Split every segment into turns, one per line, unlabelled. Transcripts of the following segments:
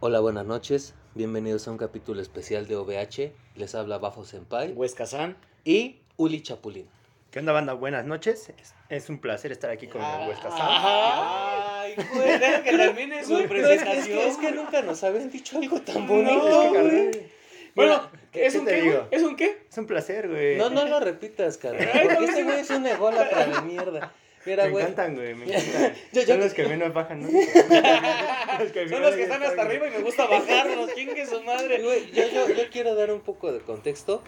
Hola, buenas noches. Bienvenidos a un capítulo especial de OVH. Les habla Bafo Senpai
Huesca San.
y Uli Chapulín.
¿Qué onda, banda? Buenas noches. Es, es un placer estar aquí con
Ah,
vuestra
Ay,
güey, deja que termine
su presentación.
nunca nos habían dicho algo tan
No,
bonito.
güey. Bueno,
Mira,
¿es un
te
qué?
digo?
güey? ¿Es un qué?
Es un placer, güey.
No, no lo repitas, carnal.
Ay,
Porque
no,
este
no.
güey es un ególatra de mierda. Mira,
Me
güey.
encantan, güey. Me encantan.
Yo- yo-
Son los que menos bajan, ¿no? Los que
Son
menos
los que están hasta
güey.
arriba y me gusta bajarlos. Chingue su madre.
Güey, yo, yo- yo quiero dar un poco de contexto.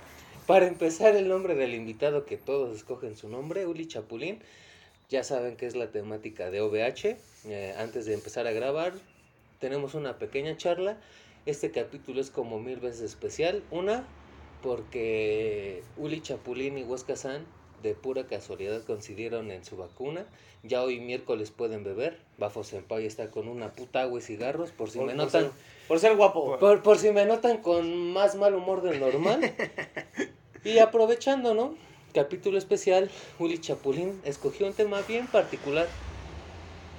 Para empezar, el nombre del invitado que todos escogen su nombre, Uli Chapulín. Ya saben que es la temática de OVH. Eh, antes de empezar a grabar, tenemos una pequeña charla. Este capítulo es como mil veces especial. Una, porque Uli Chapulín y Huesca San de pura casualidad coincidieron en su vacuna. Ya hoy miércoles pueden beber. Bafo Senpai está con una puta agua y cigarros. Por si
Por-
me
por
notan,
ser- Por ser guapo.
por, por si me notan con más mal humor del normal. Y aprovechando, ¿no? Capítulo especial, Uli Chapulín escogió un tema bien particular.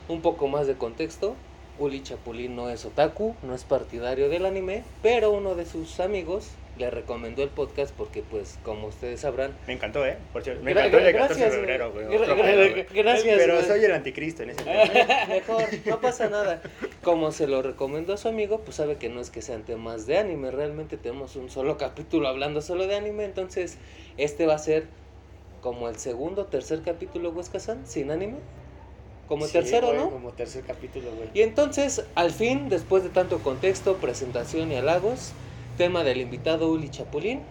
Un poco más de contexto. Uli Chapulín no es otaku, no es partidario del anime, pero uno de sus amigos le recomendó el podcast porque, pues, como ustedes sabrán,
Me encantó, ¿eh? Por cierto, me
Gra-
encantó el de
gra-
14 de
gracias,
febrero,
güey.
güey.
Gra-
Otro
gra-
pedo, güey.
gracias,
Pero
güey.
soy el anticristo en ese tema.
Mejor, no pasa nada. Como se lo recomendó a su amigo, pues sabe que no es que sean temas de anime, realmente tenemos un solo capítulo hablando solo de anime, entonces este va a ser como el segundo, tercer capítulo Huesca-san, sin anime. Como el
Sí,
tercero,
güey,
¿no?
Como tercer capítulo, güey.
Y entonces, al fin, después de tanto contexto, presentación y halagos, tema del invitado Uli Chapulín.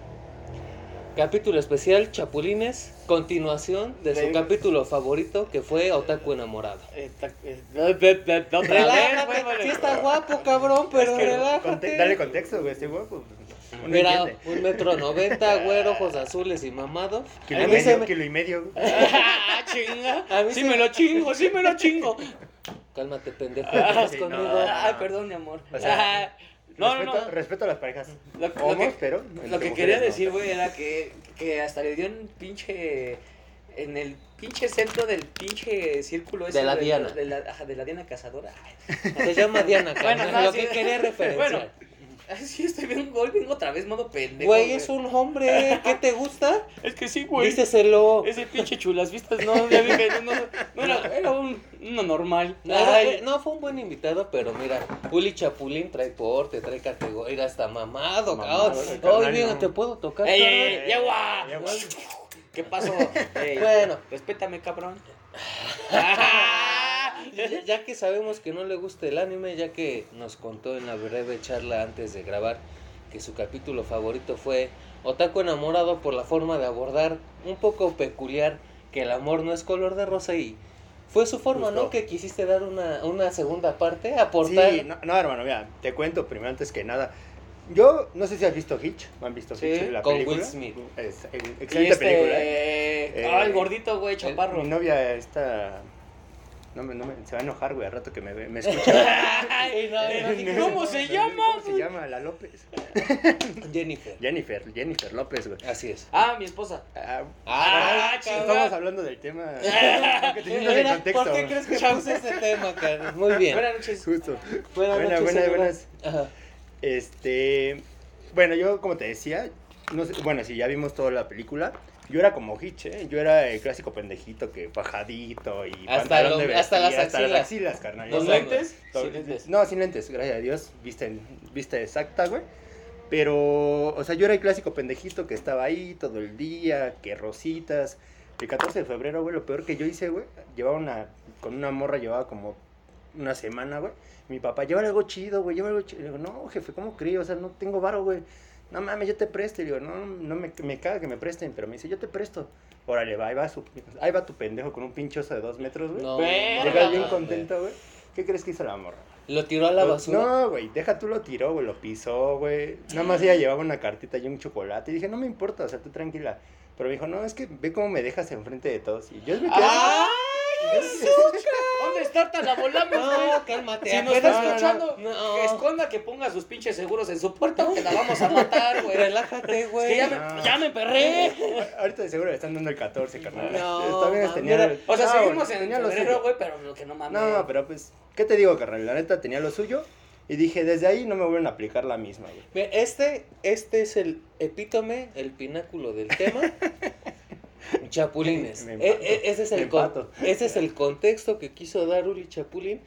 Capítulo especial Chapulines, continuación de su
De-
capítulo favorito que fue Otaku enamorado.
Eh, ta- eh, no, no, no, no, otra vez, güey,
Relájate,
pues, vale.
sí está guapo, cabrón, pero
Es que,
Ah,
relájate.
conte- Dale contexto, güey. Estoy guapo. Uno
Mira,
entiende.
un metro noventa, güero, ojos azules y mamado.
Kilo
A
y
mí se
medio,
me-
kilo y medio. güey.
Ah, chinga.
A mí
Sí
se-
me lo chingo, sí me lo chingo.
Cálmate, pendejo, estás
sí, no.
conmigo.
Ay, Ah, perdón, mi amor.
O sea,
No, no,
Respeto-
no.
Respeto a las parejas.
Lo- lo
Homos,
que-
pero.
Lo
entre
que
mujeres
quería
no.
decir, güey, era que, que hasta le dio un pinche. En el pinche centro del pinche círculo ese.
De la
güey,
Diana.
De la, ajá, de la Diana Cazadora. Ay,
Se llama Diana, carnal,
Bueno, no,
lo
sí.
que quería referenciar.
Ay, sí, estoy viendo un gol, vengo otra vez, modo pendejo.
Güey, es un hombre, ¿qué te gusta?
Es que sí, güey.
Díceselo.
Ese pinche chulas vistas, no, ya dije, no, no, no, era, era un, uno normal.
No,
Ay,
fue- no, fue un buen invitado, pero mira, Uli Chapulín trae porte, trae categoría, hasta mamado,
Mamado,
cabrón.
carnal,
Hoy bien,
no.
te puedo tocar.
ey,
carnal?
ey, ey, ya, guá.
Ya, guá.
¿Qué pasó? Ey,
Bueno.
Respétame, cabrón.
Ah.
Ya- ya que sabemos que no le gusta el anime, ya que nos contó en la breve charla antes de grabar que su capítulo favorito fue Otaku enamorado por la forma de abordar un poco peculiar que el amor no es color de rosa y fue su forma,
Justo.
¿no? Que quisiste dar una, una segunda parte, aportar.
Sí, no, no, hermano, mira, te cuento primero antes que nada. Yo no sé si has visto Hitch, ¿no han visto
Sí,
Hitch la
con
película?
Will Smith.
Es, eh,
Y
excelente
este,
película. ¿eh?
eh,
Eh,
ah, el gordito, güey, chaparro.
Mi novia está no me, no me- se va a enojar, güey, al rato que me, ve- me escucha.
Ay, no, no,
Eh,
no,
¿cómo
no,
se
no,
llama,
¿Cómo se
güey?
llama? La López.
Jennifer.
Jennifer, Jennifer López, güey.
Así es.
Ah, mi esposa.
Ah,
Ah,
ah,
chinga.
estamos hablando del tema. que teniendo el
Mira,
contexto.
¿Por qué crees que puse este tema, Carlos? Muy bien.
Buenas noches.
Justo.
Buenas
Buena,
noches,
buena,
señora.
buenas.
Ajá.
Este, bueno, yo como te decía, no sé- bueno, si ya vimos toda la película, yo era como Hitch, ¿eh? yo era el clásico pendejito que bajadito y
Hasta lo- hasta las axilas.
axilas, carnal.
Los
O sea,
lentes,
to-
sin lentes.
No, sin lentes, gracias a Dios, viste, viste exacta, güey. Pero, o sea, yo era el clásico pendejito que estaba ahí todo el día, que rositas. El 14 de febrero, güey, lo peor que yo hice, güey, llevaba una, con una morra llevaba como una semana, güey. Mi papá, lleva algo chido, güey, lleva algo chido. Le digo, no, jefe, ¿cómo creí? O sea, no tengo varo, güey. No mames, yo te presto. Y le digo, no, no me, me caga que me presten. Pero me dice, yo te presto. Órale, va, ahí va, su, ahí va tu pendejo con un pinche oso de dos metros, güey.
No,
Verga,
Llega bien
mames.
contento, güey. ¿Qué crees que hizo la morra?
Lo tiró a la
Lo-
basura.
No, güey, deja tú lo tiró, güey, lo pisó, güey. Nada más ella llevaba una cartita y un chocolate. Y dije, no me importa, o sea, tú tranquila. Pero me dijo, no, es que ve cómo me dejas enfrente de todos. Y yo me quedé.
¡Ah!
yo-
¿Dónde está? Te la volamos, güey.
No, cálmate.
Si nos
apenas-
está
no, no,
escuchando,
no.
que esconda que ponga sus pinches seguros en su puerta, que la vamos a matar, güey. Es
Relájate, güey.
que ya
No.
me, ya me perré.
Ahorita de seguro le están dando el 14, carnal.
No,
Está bien,
mames.
tenía-
Mira,
O sea,
Ah,
seguimos
bueno,
en
tenía lo
febrero,
suyo.
güey, pero lo que no mames.
No, pero pues, ¿qué te digo, carnal? La neta tenía lo suyo. Y dije, desde ahí no me vuelven a aplicar la misma, güey.
Mira, Este, este es el epítome, el pináculo del tema. Chapulines.
Me empato,
E- e- ese, es
me
el con-
empato.
ese es el contexto que quiso dar Uli Chapulín.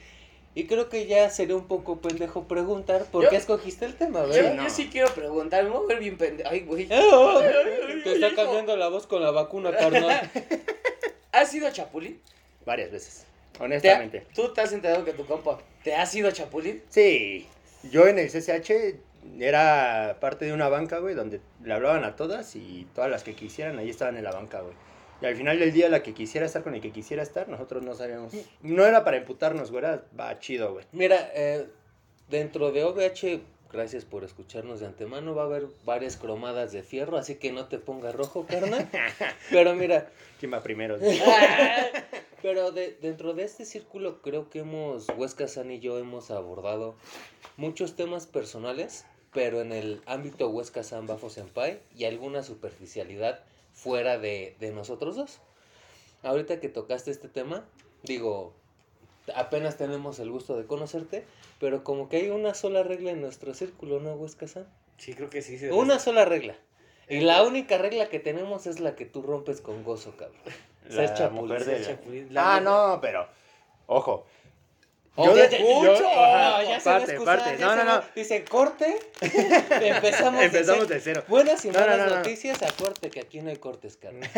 Y creo que ya sería un poco pendejo preguntar por
Yo-
qué escogiste el tema,
Yo,
¿verdad?
yo sí quiero preguntar, me voy a ver bien pendejo. Ay, güey.
Eh, oh,
ay,
te está
hijo.
cambiando la voz con la vacuna, carnal.
¿Has sido Chapulín?
Varias veces.
¿Te ha-
Honestamente.
¿Tú te has enterado que tu compa te ha sido Chapulín?
Sí. Yo en el CCH era parte de una banca, güey, donde le hablaban a todas y todas las que quisieran ahí estaban en la banca, güey. Y al final del día la que quisiera estar con el que quisiera estar, nosotros no sabíamos. No era para emputarnos, güey, era va chido, güey.
Mira, eh, dentro de OVH, gracias por escucharnos de antemano, va a haber varias cromadas de fierro, así que no te pongas rojo, carnal. Pero mira,
¿Quién va primero? güey?
Pero de- dentro de este círculo creo que hemos, Huesca San y yo hemos abordado muchos temas personales, pero en el ámbito Huesca San Bafo Senpai y alguna superficialidad fuera de, de nosotros dos. Ahorita que tocaste este tema, digo, apenas tenemos el gusto de conocerte, pero como que hay una sola regla en nuestro círculo, ¿no, Huesca San?
Sí, creo que sí. se-
Una sola regla. Y la única regla que tenemos es la que tú rompes con gozo, cabrón. Ser
La
chapulín,
mujer
ser
de-
chapulín, la
Ah,
neta.
no, pero. Ojo.
Oh,
Yo
ya,
de-
ya-
yo-
yo-
ajá,
ah, ya se va a
parte,
excusar,
parte.
ya
No,
se
no,
va-
no.
Dice corte. Empezamos. de
Empezamos
cero.
de cero.
Buenas y
No, no,
malas
no, no.
noticias. Acuérdate que aquí no hay cortes, carnal.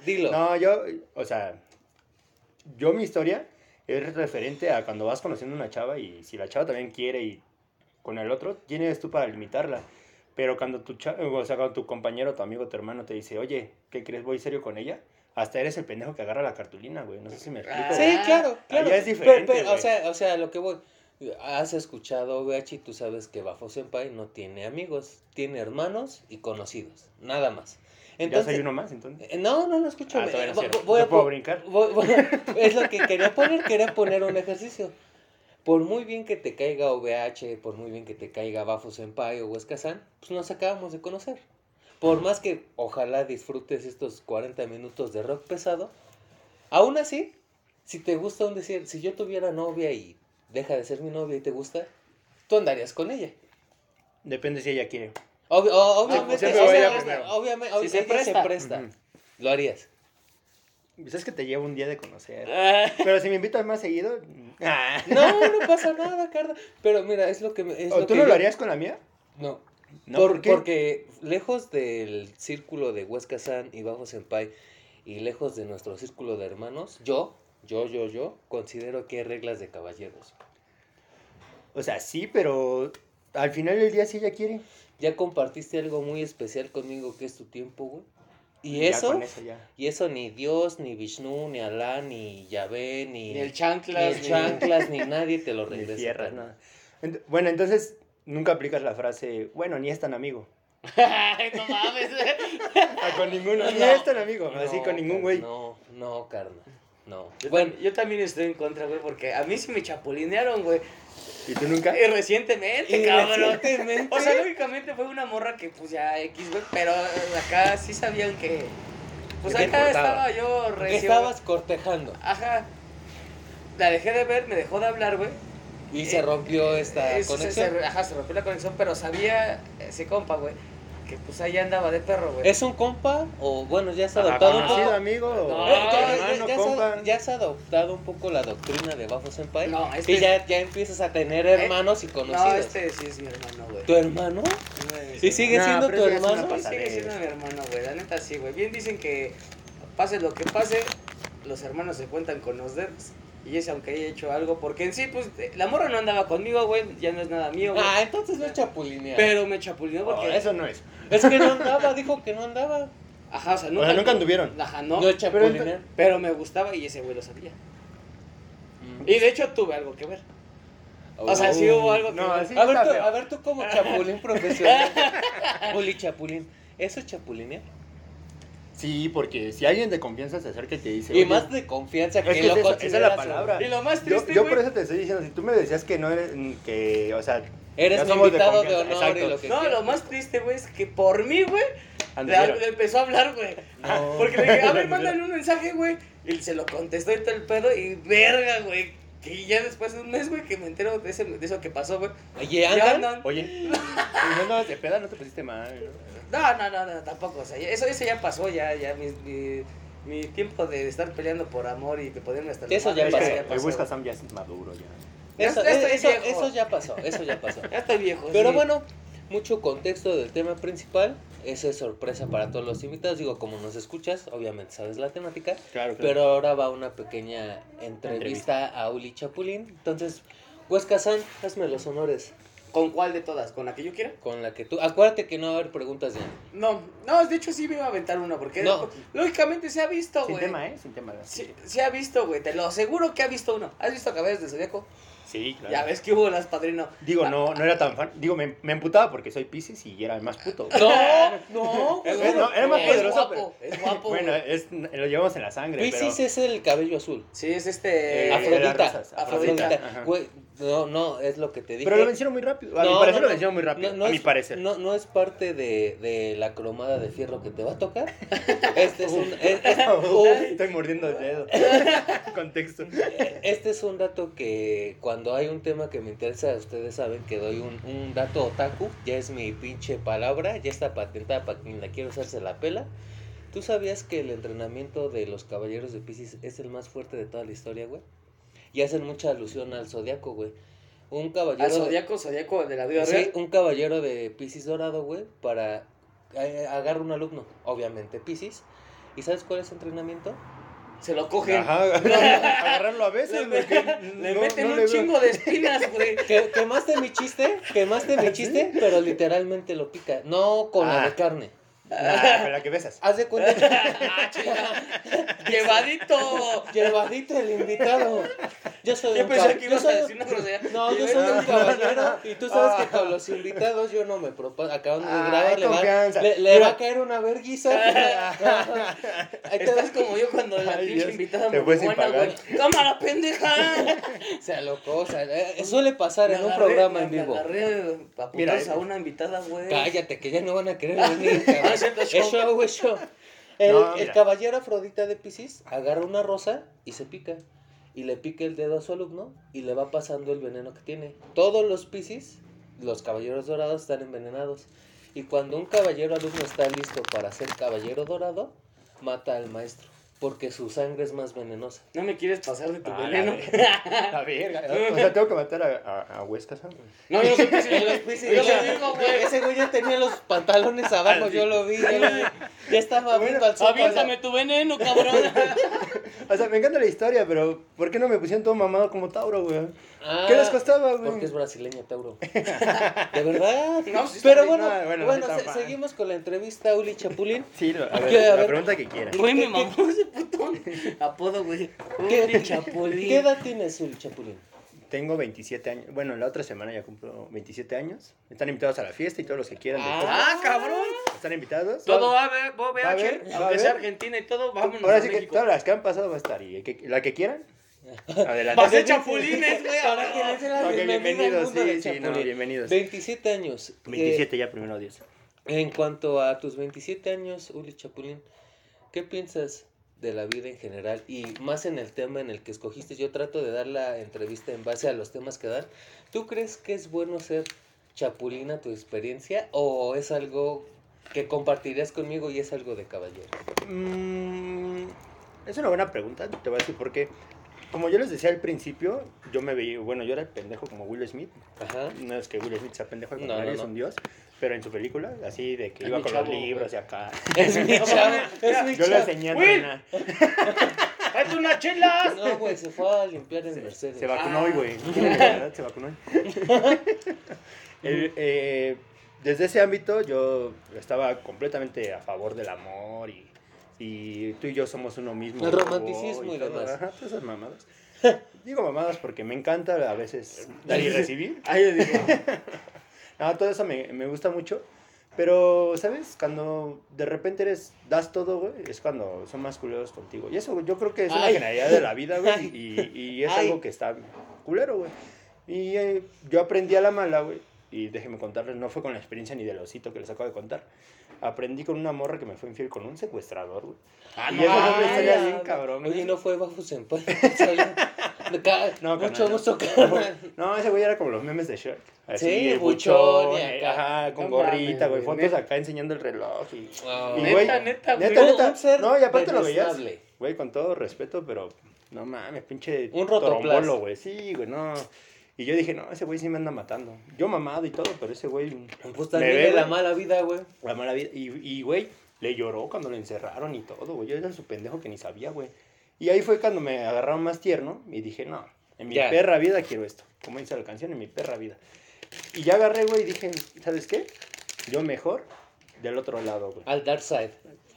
Dilo.
No, yo, o sea, yo mi historia es referente a cuando vas conociendo a una chava y si la chava también quiere y con el otro, ¿quién eres tú para limitarla? Pero cuando tu, cha- o sea, cuando tu compañero, tu amigo, tu hermano te dice, oye, ¿qué crees? ¿Voy serio con ella? Hasta eres el pendejo que agarra la cartulina, güey. No sé si me explico.
Sí,
güey.
Ah,
claro, claro.
allá es
Pe-
diferente,
pe- o,
güey.
sea, o sea, lo que voy. Has escuchado OVH y tú sabes que Bafo Senpai no tiene amigos, tiene hermanos y conocidos, nada más.
ya soy
Entonces,
uno más, entonces.
Eh, No, no, no, escúchame.
Ah, todavía no
Eh, vo-
es cierto.
voy a
¿Te puedo
po-
brincar?
voy- voy- es lo que quería poner, quería poner un ejercicio. Por muy bien que te caiga OVH, por muy bien que te caiga Bafo Senpai o Huesca San, pues nos acabamos de conocer. Por más que ojalá disfrutes estos 40 minutos de rock pesado, aún así, si te gusta un decir, si yo tuviera novia y deja de ser mi novia y te gusta, tú andarías con ella.
Depende si ella quiere.
Obvi- o- obviamente,
pues, siempre voy a
obviamente,
primero.
obviamente,
Si se
ella
presta.
Ujú.
Lo harías.
Pues es que te lleva un día de conocer.
Ah,
Pero si me invitas más seguido... ah.
No, no pasa nada, Carla. Pero mira, es lo que... me- es
¿O
lo
¿Tú
que
no
yo-
lo harías con la mía?
No.
No,
Por-
¿por qué?
Porque lejos del círculo de Huesca San y Bajo Senpai y lejos de nuestro círculo de hermanos, yo, yo, yo, yo, considero que hay reglas de caballeros.
O sea, sí, pero al final del día sí ella quiere.
Ya compartiste algo muy especial conmigo que es tu tiempo, güey. Y
Ya
eso,
con eso ya.
y eso ni Dios, ni Vishnu, ni Alá, ni Yahvé, ni,
Ni el
ni el
chanclas. ni-
chanclas, ni nadie te lo
Ni
regresa.
tierras,
carnal.
nada. Ent- bueno, entonces nunca aplicas la frase, bueno, ni es tan amigo.
Ay, no mames.
Ah, con ninguno, ni
No.
es tan amigo. así
No,
con ningún
carnal,
güey.
No, no, carnal. No.
Yo,
Bueno,
tam- yo también estoy en contra, güey, porque a mí sí me chapulinearon, güey.
¿Y tú nunca?
Y recientemente,
Y
cabrón.
recientemente-
O sea, lógicamente fue una morra que, pues ya X, güey, pero eh, acá sí sabían que. Pues
Que te
acá
importaba.
estaba yo
que
recién.
estabas cortejando
Ajá. La dejé de ver, me dejó de hablar, güey.
y se rompió esta
Es- Eh, se-
conexión.
se- ajá, se rompió la conexión, pero sabía ese compa, güey, que pues ahí andaba de perro, güey.
¿Es un compa o bueno, ya se ha
Ah,
adoptado un
¿Conocido
poco?
amigo?
No,
o
Eh, ya- ya-
hermano,
ya se ha-
compa.
ya se ha adoptado un poco la doctrina de Bafo Senpai.
No,
y
este es- Eh,
ya, ya empiezas a tener hermanos y conocidos.
No, este sí es mi hermano, güey.
¿Tu hermano? ¿Y sigue
No,
siendo
pero
tu
eso ya es una
hermano?
pasada.
Sigue siendo mi hermano, güey. La neta sí, güey. Bien dicen que pase lo que pase, los hermanos se cuentan con los dedos. Y ese aunque haya hecho algo, porque en sí, pues, eh, la morra no andaba conmigo, güey. Ya no es nada mío, güey.
Ah, entonces no es chapulinear.
pero me chapulineó
Oh,
porque.
eso no es.
Es que no andaba, dijo que no andaba.
Ajá, o sea,
O
nunca.
sea, nunca anduvieron.
Ajá,
No,
no.
es chapulinear.
Pero me gustaba y ese güey lo sabía.
Mm.
Y de hecho tuve algo que ver. O sea, sí hubo algo que
Uh, No,
ver.
sí
Oh. A ver,
está
tú,
feo.
a ver tú como chapulín profesional. Uli Chapulín. ¿Eso es chapulinear?
Sí, porque si alguien de confianza se acerca y te dice...
Y
oye,
más de confianza
Es
que,
que
lo
es esa- esa es
consideras
la palabra.
Y lo más
Yo,
triste,
yo
güey.
por eso te estoy diciendo, si tú me decías que no eres, que, o sea,
Eres
Ya
mi
somos de
invitado de,
confianza,
honor y
exacto.
lo que
No,
quieras.
lo más triste, güey, es que por mí, güey, le,
anduvieron.
le empezó a hablar, güey.
No.
Oh.
Porque le dije, a ver, mándale un mensaje, güey. Y se lo contestó y todo el pedo. Y verga, güey. Que ya después de un mes, güey, que me entero de, ese- de eso que pasó, güey.
Oye,
Ya
andan.
andan.
Oye, no andabas de peda, no te pusiste mal. ¿no?
No, no, no, no, tampoco. O sea, ya- eso, eso ya pasó, ya, ya. Mi, mi, mi tiempo de estar peleando por amor y de ponerme hasta la
Eso ya
madre,
Es
pasó,
que
ya
El Whiskas Sam ya es maduro ya.
Eso,
Ya estoy
eso,
viejo.
eso ya pasó, eso ya pasó.
Ya estoy viejo.
Pero
sí.
bueno, mucho contexto del tema principal. Esa es sorpresa para todos los invitados. Digo, como nos escuchas, obviamente sabes la temática.
Claro,
Pero ahora va una pequeña entrevista a Uli Chapulín. Entonces, Huesca San, hazme los honores.
¿Con cuál de todas? ¿Con la que yo quiera?
Con la que tú. Acuérdate que no va a haber preguntas de.
No, no, de hecho sí me iba a aventar una, porque
No.
lógicamente se ha visto,
Sin
güey.
tema, ¿eh? Sin tema.
Sí, sí ha visto, güey, te lo aseguro que ha visto uno. ¿Has visto Cabezas de Zodíaco?
Sí, claro.
Ya ves que hubo las padrino.
Digo, no, no era tan fan. Digo, me, me emputaba porque soy Pisces y era el más puto. güey.
No, pues, no.
Es- es- no, era más
Es
poderoso,
guapo,
pero-
es guapo,
bueno, eh,
güey.
es, lo llevamos en la sangre, pero...
Pisces es el cabello azul.
Sí, es
Eh,
este.
de las
Afrodita.
rosas,
Afrodita.
Afrodita,
ajá.
Güey, no, no, es lo que te dije.
Pero lo vencieron muy rápido. A mi
No,
parecer
no,
lo vencieron muy rápido.
No, no
a
es-
mi parecer.
No, no es parte de, de la cromada de fierro que te va a tocar. Este es un, es- es- uf.
Estoy mordiendo el dedo. Contexto.
este es un dato que cuando hay un tema que me interesa, ustedes saben que doy un, un dato otaku. Ya es mi pinche palabra, ya está patentada para quien la quiera usar, se la pela. ¿Tú sabías que el entrenamiento de los caballeros de Pisces es el más fuerte de toda la historia, güey? Y hacen mucha alusión al zodiaco, güey. Un caballero.
Al
de-
Zodíaco, Zodíaco de la vida
Sí,
real.
un caballero de Piscis dorado, güey, para eh, agarra un alumno, obviamente Piscis. ¿Y sabes cuál es su entrenamiento?
Se lo cogen.
Ajá, agarrarlo a veces.
Le,
porque
le
no-
meten
no
un
le veo.
chingo de espinas, güey.
Que, quemaste mi chiste, quemaste
¿Ah,
mi chiste, pero literalmente lo pica, no con la
Ah.
de carne.
Ah, con la que besas.
Haz de cuenta
Ah, chinga. Llevadito.
que llevadito el invitado. Yo soy
Yo
un
pensé
cab-
que
yo
ibas
soy
a
un-
decir una grosería.
No, yo soy
Llevadito.
un caballero y tú sabes que
Ah.
con los invitados yo no me propongo. Acabando de
Ah,
Ay,
grabar, le va,
confianza.
le- le
Mira.
va a caer una verguiza. Ahí te
Estás
das-
como yo cuando la
Ay,
pinche
Dios.
invitada
Te
me
fue sin
buena, güey. ¡Cámara, pendeja!
Se alocó, o sea, eh, suele pasar
Me
en un
agarré-
programa
me
en vivo.
agarré a
Mira,
putazos a
eh,
una invitada, güey.
Cállate, que ya no van a querer venir.
Ah,
cabrón.
es cierto,
es
show.
show, es show. El,
No,
el
mira.
caballero Afrodita de Pisces agarra una rosa y se pica. Y le pica el dedo a su alumno y le va pasando el veneno que tiene. Todos los Pisces, los caballeros dorados, están envenenados. Y cuando un caballero alumno está listo para ser caballero dorado, mata al maestro. Porque su sangre es más venenosa.
No me quieres pasar de tu
Ah,
veneno.
La verga. O sea, tengo que matar a, a, a Huesca, ¿sabes?
No, yo no soy piscis,
Los
yo-
Piscis,
yo
ya-
lo digo, güey.
Ese güey ya tenía los pantalones abajo,
Ah, sí.
yo lo vi, yo lo vi. Ya estaba abriendo al sopa.
Aviéntame tu veneno, cabrón.
O sea, me encanta la historia, pero ¿por qué no me pusieron todo mamado como Tauro, güey?
Ah,
¿Qué les costaba, güey?
Porque es brasileña, Tauro. De verdad.
No, sí está
Pero
bien.
bueno,
no, bueno,
bueno,
no está
se-
mal.
seguimos con la entrevista a Uli Chapulín.
Sí, lo- a
Ok,
ver,
a
la
ver.
pregunta que quieras.
Güey, me
¿Qué-
mamó ese puto apodo, güey.
¿Qué,
Uli Chapulín.
¿Qué edad tienes, Uli Chapulín?
Tengo 27 años. Bueno, la otra semana ya cumplo 27 años. Están invitados a la fiesta y todos los que quieran. del
Ah,
¡Ah, cabrón!
podcast. Están invitados.
Todo va a ver, Bob
Va a haber,
VH,
va a
aunque sea
haber.
Argentina y todo, vámonos
Ahora
a
sí que
México.
todas las que han pasado va a estar. Y el que- la que quieran, adelante.
Va a ser chapulines, güey.
Para que les dé la
Ok,
bienvenida al
bienvenidos,
mundo del
sí, sí, no,
Chapulín.
bienvenidos.
27 años. Eh,
27 ya, primero Dios.
en cuanto a tus 27 años, Uli Chapulín, ¿qué piensas de la vida en general y más en el tema en el que escogiste? Yo trato de dar la entrevista en base a los temas que dan. ¿Tú crees que es bueno ser chapulín a tu experiencia o es algo que compartirías conmigo y es algo de caballero?
Mm, es una buena pregunta, te voy a decir por qué. Como yo les decía al principio, yo me veía, bueno, yo era el pendejo como Will Smith.
Ajá.
No es que Will Smith sea pendejo, al
No,
contrario,
no,
es
no.
un dios. Pero en su película, así de que
Es
iba
mi
con los
chavo,
libros y acá.
Es mi chavo. Es mi
Yo le
chavo.
enseñé a
Will.
entrenar.
¡Hazte unas chelas!
No, güey, se fue a limpiar en Mercedes.
Se vacunó
Ah.
hoy, güey. La verdad, se vacunó hoy. El, eh, desde ese ámbito yo estaba completamente a favor del amor y, y tú y yo somos uno mismo.
El romanticismo y
todo,
demás.
Ajá, todas esas mamadas. Digo mamadas porque me encanta a veces dar y recibir.
Ay, yo digo,
No, Ah, todo eso me, me gusta mucho. Pero, ¿sabes? Cuando de repente eres, das todo, güey, es cuando son más culeros contigo. Y eso yo creo que es una
Ay.
generalidad de la vida, güey.
Ay.
Y, y es
Ay.
algo que está culero, güey. Y eh, yo aprendí a la mala, güey. Y déjenme contarles, no fue con la experiencia ni del osito que les acabo de contar. Aprendí con una morra que me fue infiel con un secuestrador, güey.
ah,
Y
no,
eso es una
ay,
historia
ay,
bien cabrón.
Oye,
güey.
no fue bajo senpai. Ca-
No,
mucho
carnal, no.
gusto, carnal.
No, ese güey era como los memes de Shark.
Sí,
el
buchón y
eh,
acá.
Ajá, con
No
gorrita,
mames,
güey.
güey,
Fotos
neta.
acá enseñando el reloj. Y,
Ah,
y
Neta,
güey,
neta, güey.
neta,
Un ser
No, y aparte lo veías.
detestable.
Güey, con todo respeto, pero no mames, pinche
Un rotoplas.
trombolo, güey. Sí, güey, no. Y yo dije, no, ese güey sí me anda matando. Yo mamado y todo, pero ese güey.
Pues
me
también
ve,
de la
güey.
mala vida, güey.
La mala vida. Y, y, güey, le lloró cuando lo encerraron y todo, güey. Yo era su pendejo que ni sabía, güey. Y ahí fue cuando me agarraron más tierno y dije, no, en mi
Ya.
perra vida quiero esto. Como dice la canción, en mi perra vida. Y ya agarré, güey, y dije, ¿sabes qué? Yo mejor del otro lado, güey.
Al Dark Side.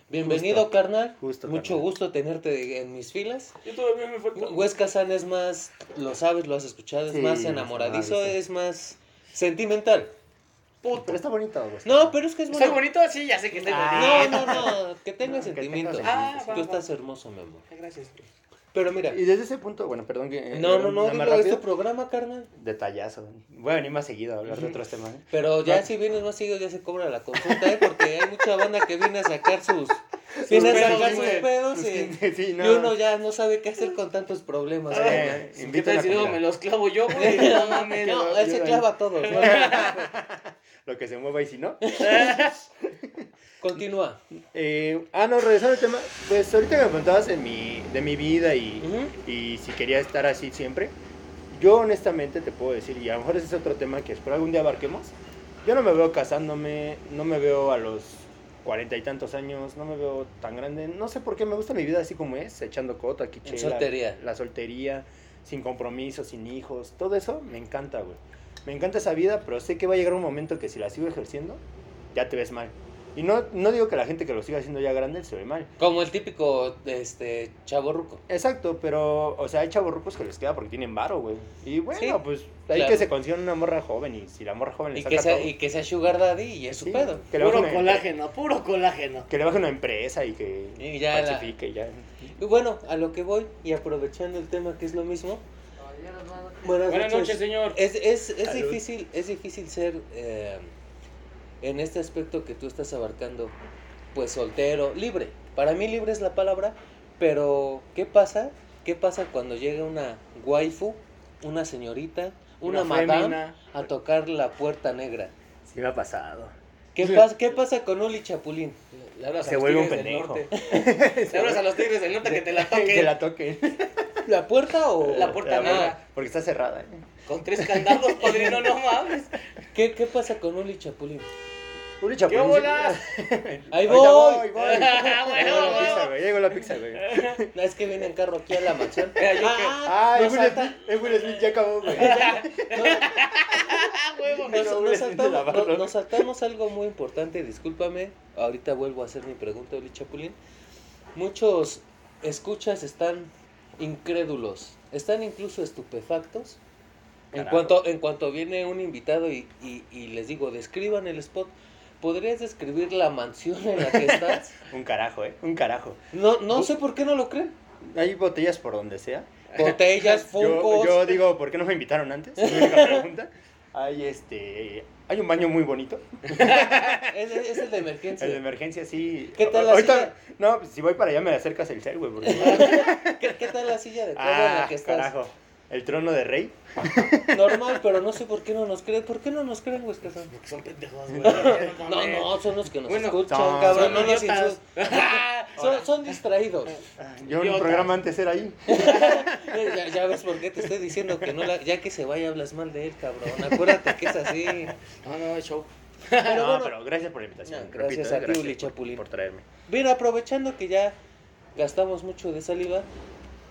Bienvenido,
Justo.
carnal.
Justo,
Mucho
carnal.
gusto tenerte en mis filas.
Yo todavía me falta.
Huesca San es más, lo sabes, lo has escuchado, es
Sí,
más
más
enamoradizo,
enamoradizo.
es más sentimental.
Pero está bonito, güey.
No, pero es que es
¿Está
bueno.
bonito? Sí, ya sé que está
Ah.
No,
bonito.
no, no, que tenga
No, que
sentimiento.
tenga
Ah, sentimiento. va,
Tú
va.
estás hermoso, mi amor.
Gracias.
Pero mira,
Y desde ese punto, bueno, perdón que. eh,
no, no, este no,
nada más
dilo, es
rápido.
tu programa, carnal.
Detallazo. Voy a venir más seguido a hablar de otros temas. ¿eh?
Pero ya
No.
si vienes más seguido ya se cobra la consulta, ¿eh? Porque hay mucha banda que viene a sacar sus...
Sus
Viene a
pedos,
sacar sus
güey.
pedos
Sus
y,
quince, pues, sí, no.
y uno ya no sabe qué hacer con tantos problemas.
Ah,
carnal.
eh,
¿Qué
invita
tal
a
si
la
luego
comida.
me los clavo yo, güey? No mames.
No, él se
yo-
clava a todos. ¿no?
Lo que se mueva y si no.
Continúa.
Eh, ah, no, regresando al tema. Pues ahorita que me preguntabas de mi, de mi vida y,
Ujú.
y si quería estar así siempre. Yo honestamente te puedo decir, y a lo mejor ese es otro tema que espero algún día abarquemos. Yo no me veo casándome, no me veo a los cuarenta y tantos años, no me veo tan grande. No sé por qué, me gusta mi vida así como es, echando cota, aquí
En
chela,
soltería.
La soltería, sin compromisos, sin hijos, todo eso me encanta, güey. Me encanta esa vida, pero sé que va a llegar un momento que si la sigo ejerciendo, ya te ves mal. Y no, no digo que la gente que lo siga haciendo ya grande se ve mal.
Como el típico este, chavo ruco.
Exacto, pero, o sea, hay chavorrucos que les queda porque tienen varo, güey. Y bueno,
Sí,
pues hay
claro.
que se consigan una morra joven y si la morra joven le
Y
saca
que, sea,
todo,
y que sea sugar daddy y es su
sí,
pedo.
Que le, baje
Puro
una,
colágeno, puro colágeno.
que le baje una empresa y que
Y ya la-
falsifique y ya.
Y bueno, a lo que voy y aprovechando el tema que es lo mismo. Buenas,
Buenas noches, señor.
Es, es, es,
Salud.
difícil, es difícil ser eh, en este aspecto que tú estás abarcando, pues soltero, libre. Para mí libre es la palabra, pero ¿qué pasa? ¿Qué pasa cuando llega una waifu, una señorita, una, madame
fémina.
a tocar la puerta negra?
Sí me ha pasado.
¿Qué, pas- ¿Qué pasa con Uli Chapulín?
Le hablas
Se
a los
vuelve un
tigres del
pendejo.
norte. Le hablas a los tigres del norte que te la
Que
toquen.
la toque.
¿La puerta
Eh.
o...?
La puerta
La morra,
negra.
Porque está cerrada, ¿eh?
Con tres candados, padrino, no mames.
¿Qué, ¿Qué pasa con Uli Chapulín?
Uli
¿Qué
Chapulín.
bolas?
¡Ahí
Ahorita
voy!
voy, voy. Ya llegó
Ah,
la pizza,
bueno, bueno.
güey. ya llegó la pizza, güey.
No, es que viene en carro aquí a la mansión.
Mira, yo
Ah,
nos
el Will,
salta-
Smith, el Will Smith ya acabó, güey.
Ah, huevo.
Nos,
Pero
nos
Will Smith de la
saltamos,
barra.
no- nos saltamos algo muy importante, discúlpame. Ahorita vuelvo a hacer mi pregunta, Oli Chapulín. Muchos escuchas están incrédulos, están incluso estupefactos. En
Carajo.
cuanto, en cuanto viene un invitado y, y- y les digo, describan el spot, ¿podrías describir la mansión en la que estás?
Un carajo, ¿eh? Un carajo.
No, no sé por qué no lo creen.
Hay botellas por donde sea.
Botellas,
Yo,
funcos.
yo digo, ¿por qué no me invitaron antes? Es mi única pregunta. Hay este. Hay un baño muy bonito.
Es, es el de emergencia.
El de emergencia, sí.
¿Qué tal la
Ahorita, No, pues, si voy para allá me acercas el cel, güey. Porque...
¿Qué, qué tal la silla de cuerda en
ah,
la que estás?
carajo. El trono de rey.
Normal, pero no sé por qué no nos creen. ¿Por qué no nos creen, güey, Escazón?
Porque son pendejos, güey. No,
No,
mames.
no, son los que nos
Bueno,
escuchan,
son-
cabrón.
Son
No nos
idiotas.
insulten. Son, son distraídos.
Ah, Yo en
Idiota.
un programa antes era ahí.
Eh, Ya, ya ves por qué te estoy diciendo que no la. Ya que se vaya, hablas mal de él, cabrón. Acuérdate que es así.
No, no, es show.
Pero
no,
bueno,
pero gracias por la invitación.
No, gracias
eh,
a ti,
gracias
Uli
por-
Chapulín.
Por traerme.
mira, aprovechando que ya gastamos mucho de saliva,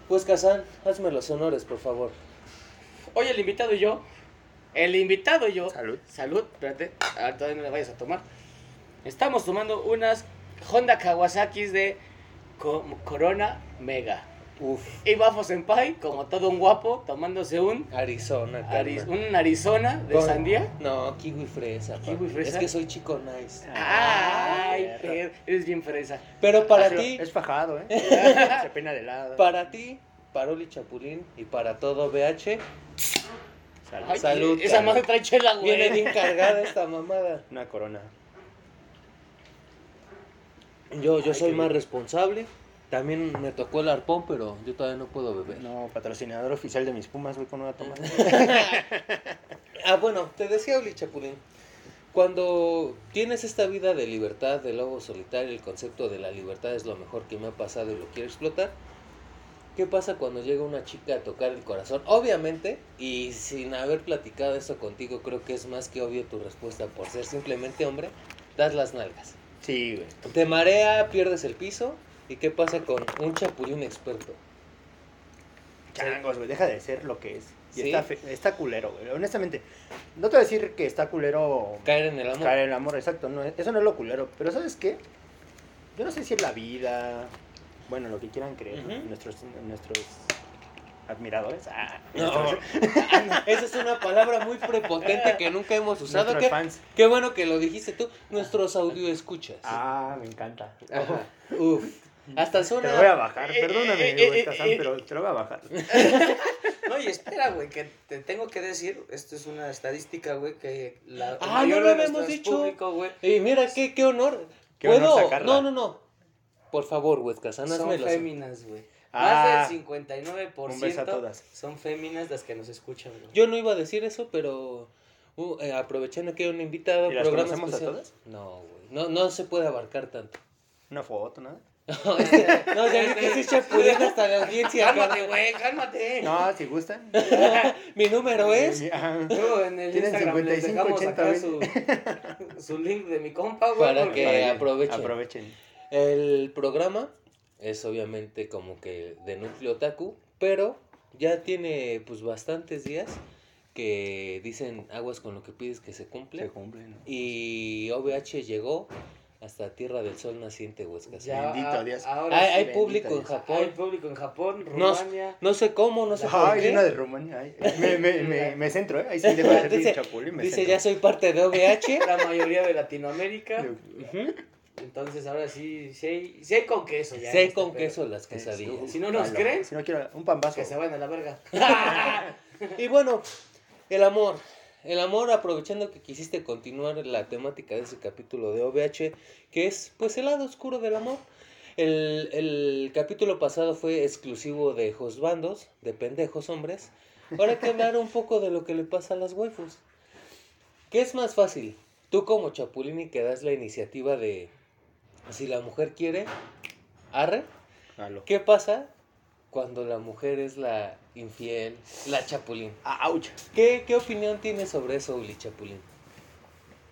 pues, Kazán, hazme los honores, por favor.
Hoy el invitado y yo. El invitado y yo.
Salud.
Salud, espérate. Ahora todavía no le vayas a tomar. Estamos tomando unas Honda Kawasaki de Co- Corona Mega.
Uf,
Y Bafo Senpai, como todo un guapo, tomándose un,
Arizona,
Ari-
carnal.
un Arizona de
Con-
sandía.
No, kiwi fresa.
¿Kiwi
papi.
fresa? Ah.
Es que soy chico nice.
Ay,
perro.
per, eres bien fresa.
Pero para
Pero
ti.
Es fajado, ¿eh? Se peina de lado.
Para ti, para Oli Chapulín y para todo BH,
Salud.
Ay,
Salud,
Esa
carnal.
madre trae chela,
viene
güey.
bien cargada esta mamada.
Una corona.
Yo, yo
Ay,
soy
qué
más
bien.
responsable, También me tocó el arpón, pero yo todavía no puedo beber.
No, patrocinador oficial de mis Pumas, güey, con una toma.
Ah, bueno, te decía Oli Chapulín. Cuando tienes esta vida de libertad, de lobo solitario, el concepto de la libertad es lo mejor que me ha pasado y lo quiero explotar. ¿Qué pasa cuando llega una chica a tocar el corazón? Obviamente, y sin haber platicado esto contigo, creo que es más que obvio tu respuesta por ser simplemente hombre, das las nalgas.
Sí, güey.
Te marea, pierdes el piso. ¿Y qué pasa con un chapulín experto?
Changos, güey, deja de ser lo que es. Y
Sí.
está, fe- está culero, güey. Honestamente, no te voy a decir que está culero
Caer en el amor.
caer en el amor, exacto. No, eh, eso no es lo culero. Pero ¿sabes qué? Yo no sé si es la vida, bueno, lo que quieran creer
Ujú.
nuestros, nuestros admiradores. Ah,
No.
nuestros-
Esa es una palabra muy prepotente que nunca hemos usado.
nuestros
¿Qué,
fans.
qué bueno que lo dijiste tú. Nuestros audio escuchas.
Ah, me encanta.
Ajá. Uf. Hasta
Te lo voy a
suena.
bajar,
Eh, eh,
perdóname,
eh, eh,
güey,
eh,
Kazan,
eh.
pero te lo voy a bajar.
No, y espera, güey, que te tengo que decir, esto es una estadística, güey, que la el
Ah,
mayor
no lo
de
habíamos
nuestros
dicho.
público, güey,
Y mira, qué, qué honor.
Qué honor
¿Puedo?
sacarla.
no, no, no. Por favor, Huescasán,
son
házmelo.
féminas, güey.
Ah,
Más del 59%
un beso a todas.
son féminas las que nos escuchan, güey.
Yo no iba a decir eso, pero uh, eh, aprovechando que hay un invitado,
¿Y las
programa
conocemos a
especial-
todas?
No, güey. No, no se puede abarcar tanto.
Una foto, ¿no?
No, es que- no, ya vi que sí chapulín hasta la audiencia.
Cálmate,
cabrón.
güey, cálmate.
No, si gustan.
Mi número es.
Ajá.
Luego en el
Tienen
Instagram les
55,
dejamos
80,
acá su, su link de mi compa, güey.
Para
porque-
que- aprovechen.
Aprovechen.
El programa es obviamente como que de núcleo otaku, pero ya tiene pues bastantes días que dicen aguas con lo que pides que se cumple.
Se cumplen. ¿no?
Y OVH llegó hasta Tierra del Sol naciente, Huescas.
Ya,
Bendito
a-
Dios.
Ahora
Hay,
sí,
hay
bendito
público en
Dios.
hay
Japón.
público en Japón,
No,
Rumania.
no sé cómo, no sé por
Ay, una
qué.
de Rumania. ay. Me, me, me, me centro, ¿eh? Ahí sí dejo de ser
Dice-
pinche chapulín. Me
Dice,
centro.
ya soy parte de OVH.
La mayoría de Latinoamérica.
Ujú.
Entonces ahora sí, sí hay, sí hay con queso ya. en
Sé
este
con
pedo.
queso las quesadillas.
Si no nos
Palo.
creen,
Si no quiero un pan vaso.
que se vayan a la verga.
Y bueno, el amor. El amor, aprovechando que quisiste continuar la temática de ese capítulo de OVH, que es pues el lado oscuro del amor. El, el capítulo pasado fue exclusivo de Josbandos, de pendejos hombres. Ahora hay que hablar un poco de lo que le pasa a las waifus. ¿Qué es más fácil? Tú como Chapulini que das la iniciativa de si la mujer quiere, arre,
Palo.
¿Qué pasa cuando la mujer es la infiel, la chapulín?
Ah, Ouch.
¿Qué, qué opinión tienes sobre eso, Uli Chapulín?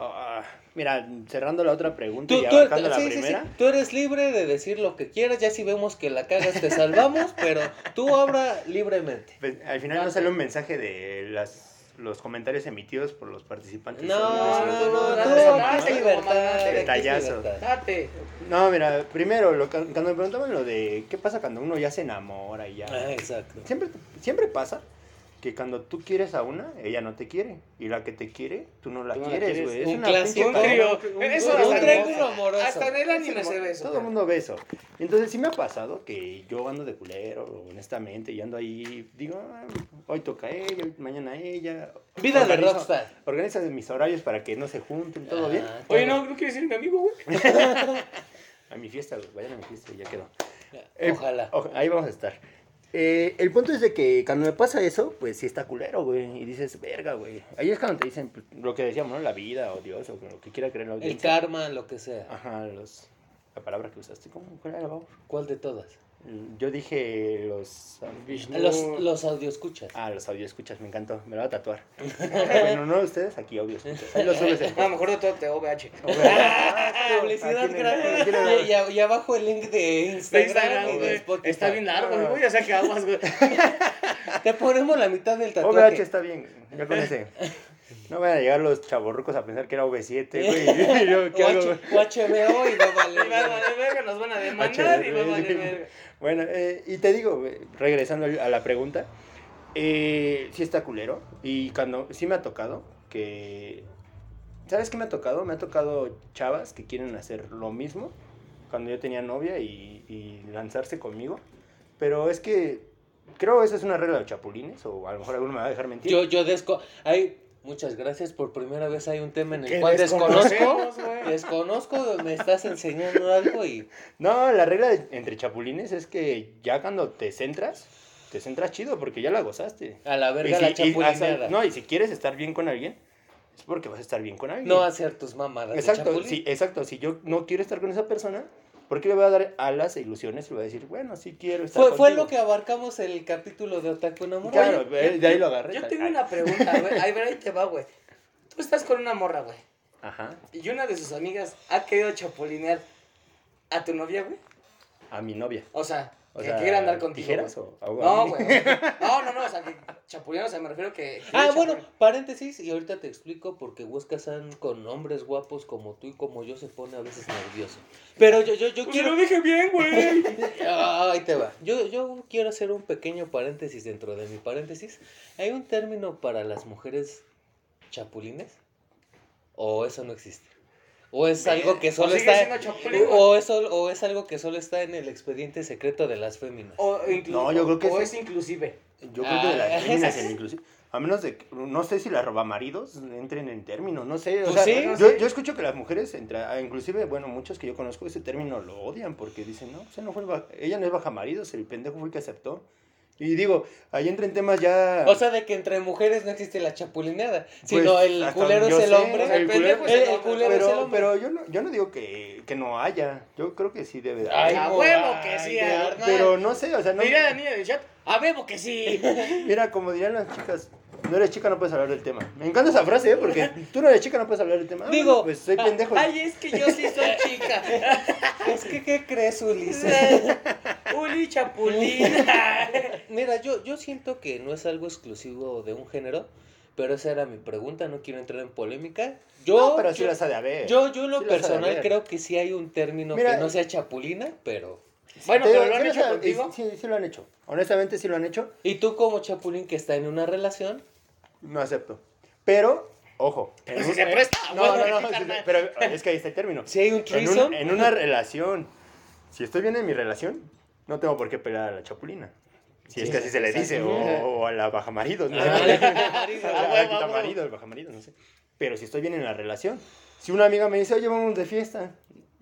Ah, mira, cerrando la otra pregunta
Tú,
y
tú- er-,
abarcando la
sí, sí, sí.
primera.
Tú eres libre de decir lo que quieras, ya si vemos que la cagas te salvamos, pero tú obra libremente.
Pues, al final no sale un mensaje de las, los comentarios emitidos por los participantes.
No, no, no,
no, no,
tú
no,
aquí
no,
es
no,
libertad, aquí es
detallazo.
libertad.
Date.
No, mira, primero, lo, que- cuando me preguntaban lo de qué pasa cuando uno ya se enamora y ya.
Ah, exacto.
Siempre, siempre pasa que cuando tú quieres a una, ella no te quiere. Y la que te quiere, tú no la
Tú no la
quieres,
quieres.
güey. Es
Un
una
clásico.
pinche
Un trío.
cadena,
Eso
un
hasta,
triángulo
en-
amoroso.
hasta en el anime se ve eso.
Todo el mundo beso. Entonces sí me ha pasado que yo ando de culero, honestamente, y ando ahí, digo, "Ah, hoy toca ella, hoy- mañana ella.
Vida de
Organizo-
rockstar.
Organizo mis horarios para que no se junten, todo bien.
Ah,
Oye, no, no quieres ir mi amigo, güey.
A mi fiesta, güey, vayan a mi fiesta y ya quedó. Eh,
todo. Ojalá.
Oja- ahí vamos a estar. Eh, el punto es de que cuando me pasa eso, pues sí está culero, güey. Y dices, verga, güey. Ahí es cuando te dicen pues, lo que decíamos, ¿no? La vida o Dios o lo que quiera creer la
El
audiencia.
karma, lo que sea.
Ajá, los, la palabra que usaste. ¿Cómo? ¿Cuál era, Bau?
¿Cuál de todas?
Yo dije los... Vishnu-
Los, los audio escuchas.
Ah, los audio escuchas, me encantó. Me lo voy a tatuar. bueno, no ustedes, aquí audio escuchas. Ahí lo subes en-
No, mejor de todo te OVH. Ah,
Publicidad
Aquí en el-
gratis.
aquí en el-
Y, y- y abajo el link de
De
Instagram,
Instagram,
y de
güey.
Spotify.
Está bien
Ah.
largo, güey. O sea que aguas, güey.
Te ponemos la mitad del tatuaje.
OVH está bien, ya con ese. No van a llegar los chavorrucos a pensar que era OV7, güey. Y yo, ¿qué
O
hago,
H-
güey?
o HBO y no
Y va a
vale.
valer verga, nos van a demandar y va a valer verga.
Bueno, eh, y te digo, güey, regresando a la pregunta, eh, sí está culero. Y cuando sí me ha tocado que. ¿Sabes qué me ha tocado? Me ha tocado chavas que quieren hacer lo mismo cuando yo tenía novia y, y lanzarse conmigo. Pero es que creo esa es una regla de chapulines, o a lo mejor alguno me va a dejar mentir.
Yo, yo desco. Hay Muchas gracias. Por primera vez hay un tema en
Que
el cual desconozco.
desconocemos, güey.
Desconozco, me estás enseñando algo y
No, la regla de- entre chapulines es que ya cuando te centras, te centras chido porque ya la gozaste.
a la verga
Y si-
la
y- hasta-
chapulineada.
no, y si quieres estar bien con alguien, es porque vas a estar bien con alguien.
No hacer tus mamadas. de
exacto,
chapulín.
sí, exacto. Si yo no quiero estar con esa persona, ¿por qué le voy a dar alas e ilusiones? Le voy a decir, bueno, sí quiero estar
Fue, fue
contigo.
lo que abarcamos el capítulo de Otaku Enamorado.
Claro, eh, de ahí lo agarré.
Yo tengo una pregunta, güey. Ahí, ver, ahí te va, güey. Tú estás con una morra, güey.
Ajá,
Y una de sus amigas ha querido chapulinear a tu novia, güey.
a mi novia.
O sea,
O
que
sea,
quiera andar contigo.
¿Tijeras
güey.
o agua?
No, güey. No, no, no. O sea, que chapulinear, o sea, me refiero que. que
Ah,
chapulinear.
bueno, paréntesis, y ahorita te explico porque Huesca San con hombres guapos como tú y como yo se pone a veces nervioso. Pero yo, yo, yo
Pues
quiero.
lo dije bien, güey.
Ah, ahí te va. Yo, yo quiero hacer un pequeño paréntesis dentro de mi paréntesis. ¿Hay un término para las mujeres chapulines? ¿O eso no existe? ¿O es algo que solo
o sigue
está.?
siendo chapulín, güey.
O es, sol- o es algo que solo está en el expediente secreto de las féminas.
O inclu-
No, yo creo que
o
sí.
es inclusive.
Yo creo que de
Ah,
las féminas
esas-
en inclusive. A menos de que, no sé si las robamaridos entren en términos, no sé. O
Pues
sea,
sí.
yo, yo escucho que las mujeres, entra, ah, inclusive, bueno, muchos que yo conozco ese término lo odian porque dicen, no, ese no fue el ba- ella no es bajamaridos, el pendejo fue el que aceptó. Y digo, ahí entran temas ya...
O sea, de que entre mujeres no existe la chapulineada,
Pues,
sino el
hasta
culero
donde yo
es el
sé,
hombre.
o sea, el
El
culero-
pendejo es el
el- el
hombre,
culero es el
Pero,
hombre.
pero yo, no, yo no digo que, que no haya, yo creo que sí debe de
Ay,
haber.
A
mo-
huevo
ay,
que sí,
de
a-
verdad.
Pero no sé, o sea, no...
Mira la niña del chat. A huevo que sí.
Mira, como dirían las chicas, no eres chica, no puedes hablar del tema. Me encanta esa frase, ¿eh? Porque tú no eres chica, no puedes hablar del tema. Ah,
Digo,
bueno, pues soy pendejo.
Ay, es que yo sí soy chica.
Es que, ¿qué crees, Ulises?
Uli Chapulín.
Mira, yo, yo siento que no es algo exclusivo de un género, pero esa era mi pregunta, no quiero entrar en polémica. Yo,
No, pero sí
yo,
las ha de haber.
yo, yo en lo
sí las ha de
personal
haber.
creo que sí hay un término
Mira,
que no sea chapulina, pero...
Bueno,
Te digo,
pero lo han
sí las
hecho
ha-
contigo.
Sí, sí lo han hecho. Honestamente, sí lo han hecho.
Y tú como chapulín que está en una relación,
No acepto. Pero, ojo. en
Pues
un- eh,
si se presta,
No,
bueno,
no, no.
carnal.
sí, sí, Pero es que ahí está el término.
si hay un
en, un-
threesome,
en una relación, si estoy bien en mi relación, no tengo por qué pelear a la chapulina. Si es
Sí,
que así se le dice, o,
exacto.
o a la baja marido, ¿no?
Ah,
O sea,
Ah,
la
huevo,
quita
huevo.
marido, el baja marido, no sé. Pero si estoy bien en la relación. Si una amiga me dice, oye, vamos de fiesta,